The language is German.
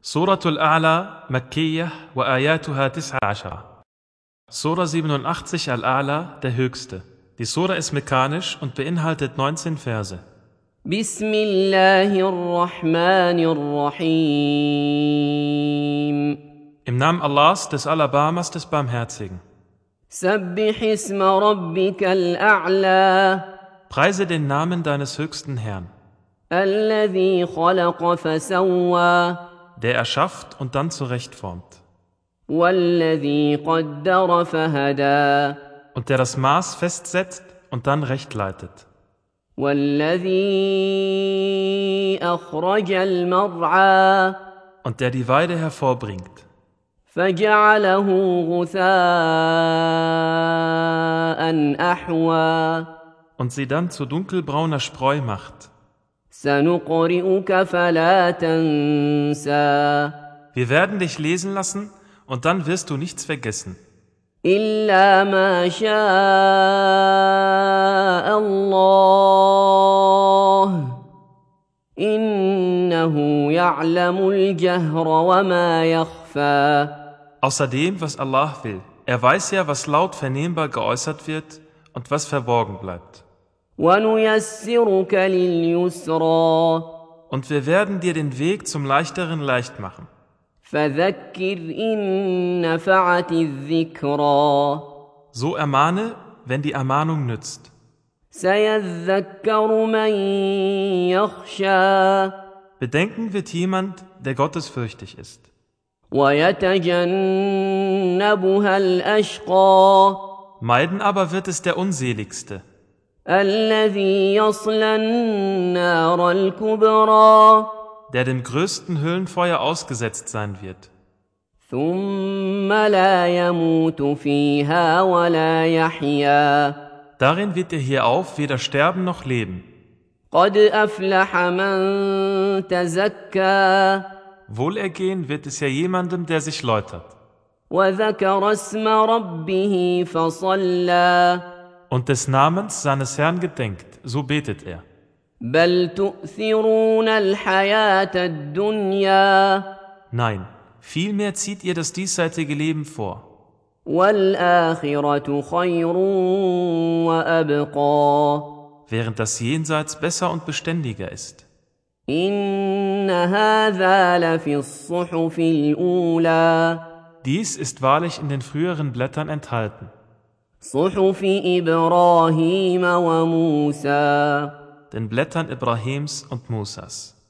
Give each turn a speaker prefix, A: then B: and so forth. A: Surah Al-A'la, Makkiyah, wa ayatuha tis'a Surah 87 Al-A'la, der Höchste. Die Surah ist mekanisch und beinhaltet 19 Verse.
B: بسم الله الرحمن الرحيم
A: Im Namen Allahs, des Alabamas, des Barmherzigen.
B: سبح اسم ربك الأعلى
A: Preise den Namen deines höchsten Herrn,
B: الذي خلق فسوى
A: der erschafft und dann zurechtformt
B: والذي قدر فهدى
A: und der das Maß festsetzt und dann recht leitet
B: والذي أخرج المرعى
A: und der die Weide hervorbringt
B: فجعله غثاء أحوى
A: und sie dann zu dunkelbrauner Spreu macht.
B: سنقرئك فلا تنسى
A: Wir werden dich lesen lassen und dann wirst du nichts vergessen,
B: إلا ما شاء الله إنه يعلم الجهر وما يخفى
A: außer dem, was Allah will. Er weiß ja, was laut vernehmbar geäußert wird und was verborgen bleibt.
B: ونيسرك لليسرى
A: Und wir werden dir den Weg zum Leichteren leicht machen.
B: فذكر إن نفعت الذكرى
A: So ermahne, wenn die Ermahnung nützt.
B: سيذكر من يخشى
A: Bedenken wird jemand, der gottesfürchtig ist
B: ويتجنبها الأشقى
A: Meiden aber wird es der Unseligste,
B: الذي يصلى النار الكبرى
A: der dem größten Höhlenfeuer ausgesetzt sein wird.
B: ثم لا يموت فيها ولا يحيا
A: Darin wird er hierauf weder sterben noch leben.
B: قد أفلح من تزكى
A: Wohlergehen wird es ja jemandem, der sich läutert
B: وذكر اسم ربه فصلى
A: und des Namens seines Herrn gedenkt, so betet er.
B: بل تؤثرون الحياة الدنيا
A: Nein, vielmehr zieht ihr das diesseitige Leben vor
B: والآخرة خير وأبقى
A: während das Jenseits besser und beständiger ist.
B: إن هذا لفي الصحف الأولى
A: Dies ist wahrlich in den früheren Blättern enthalten,
B: صحف إبراهيم وموسى
A: den Blättern Ibrahims und Musas.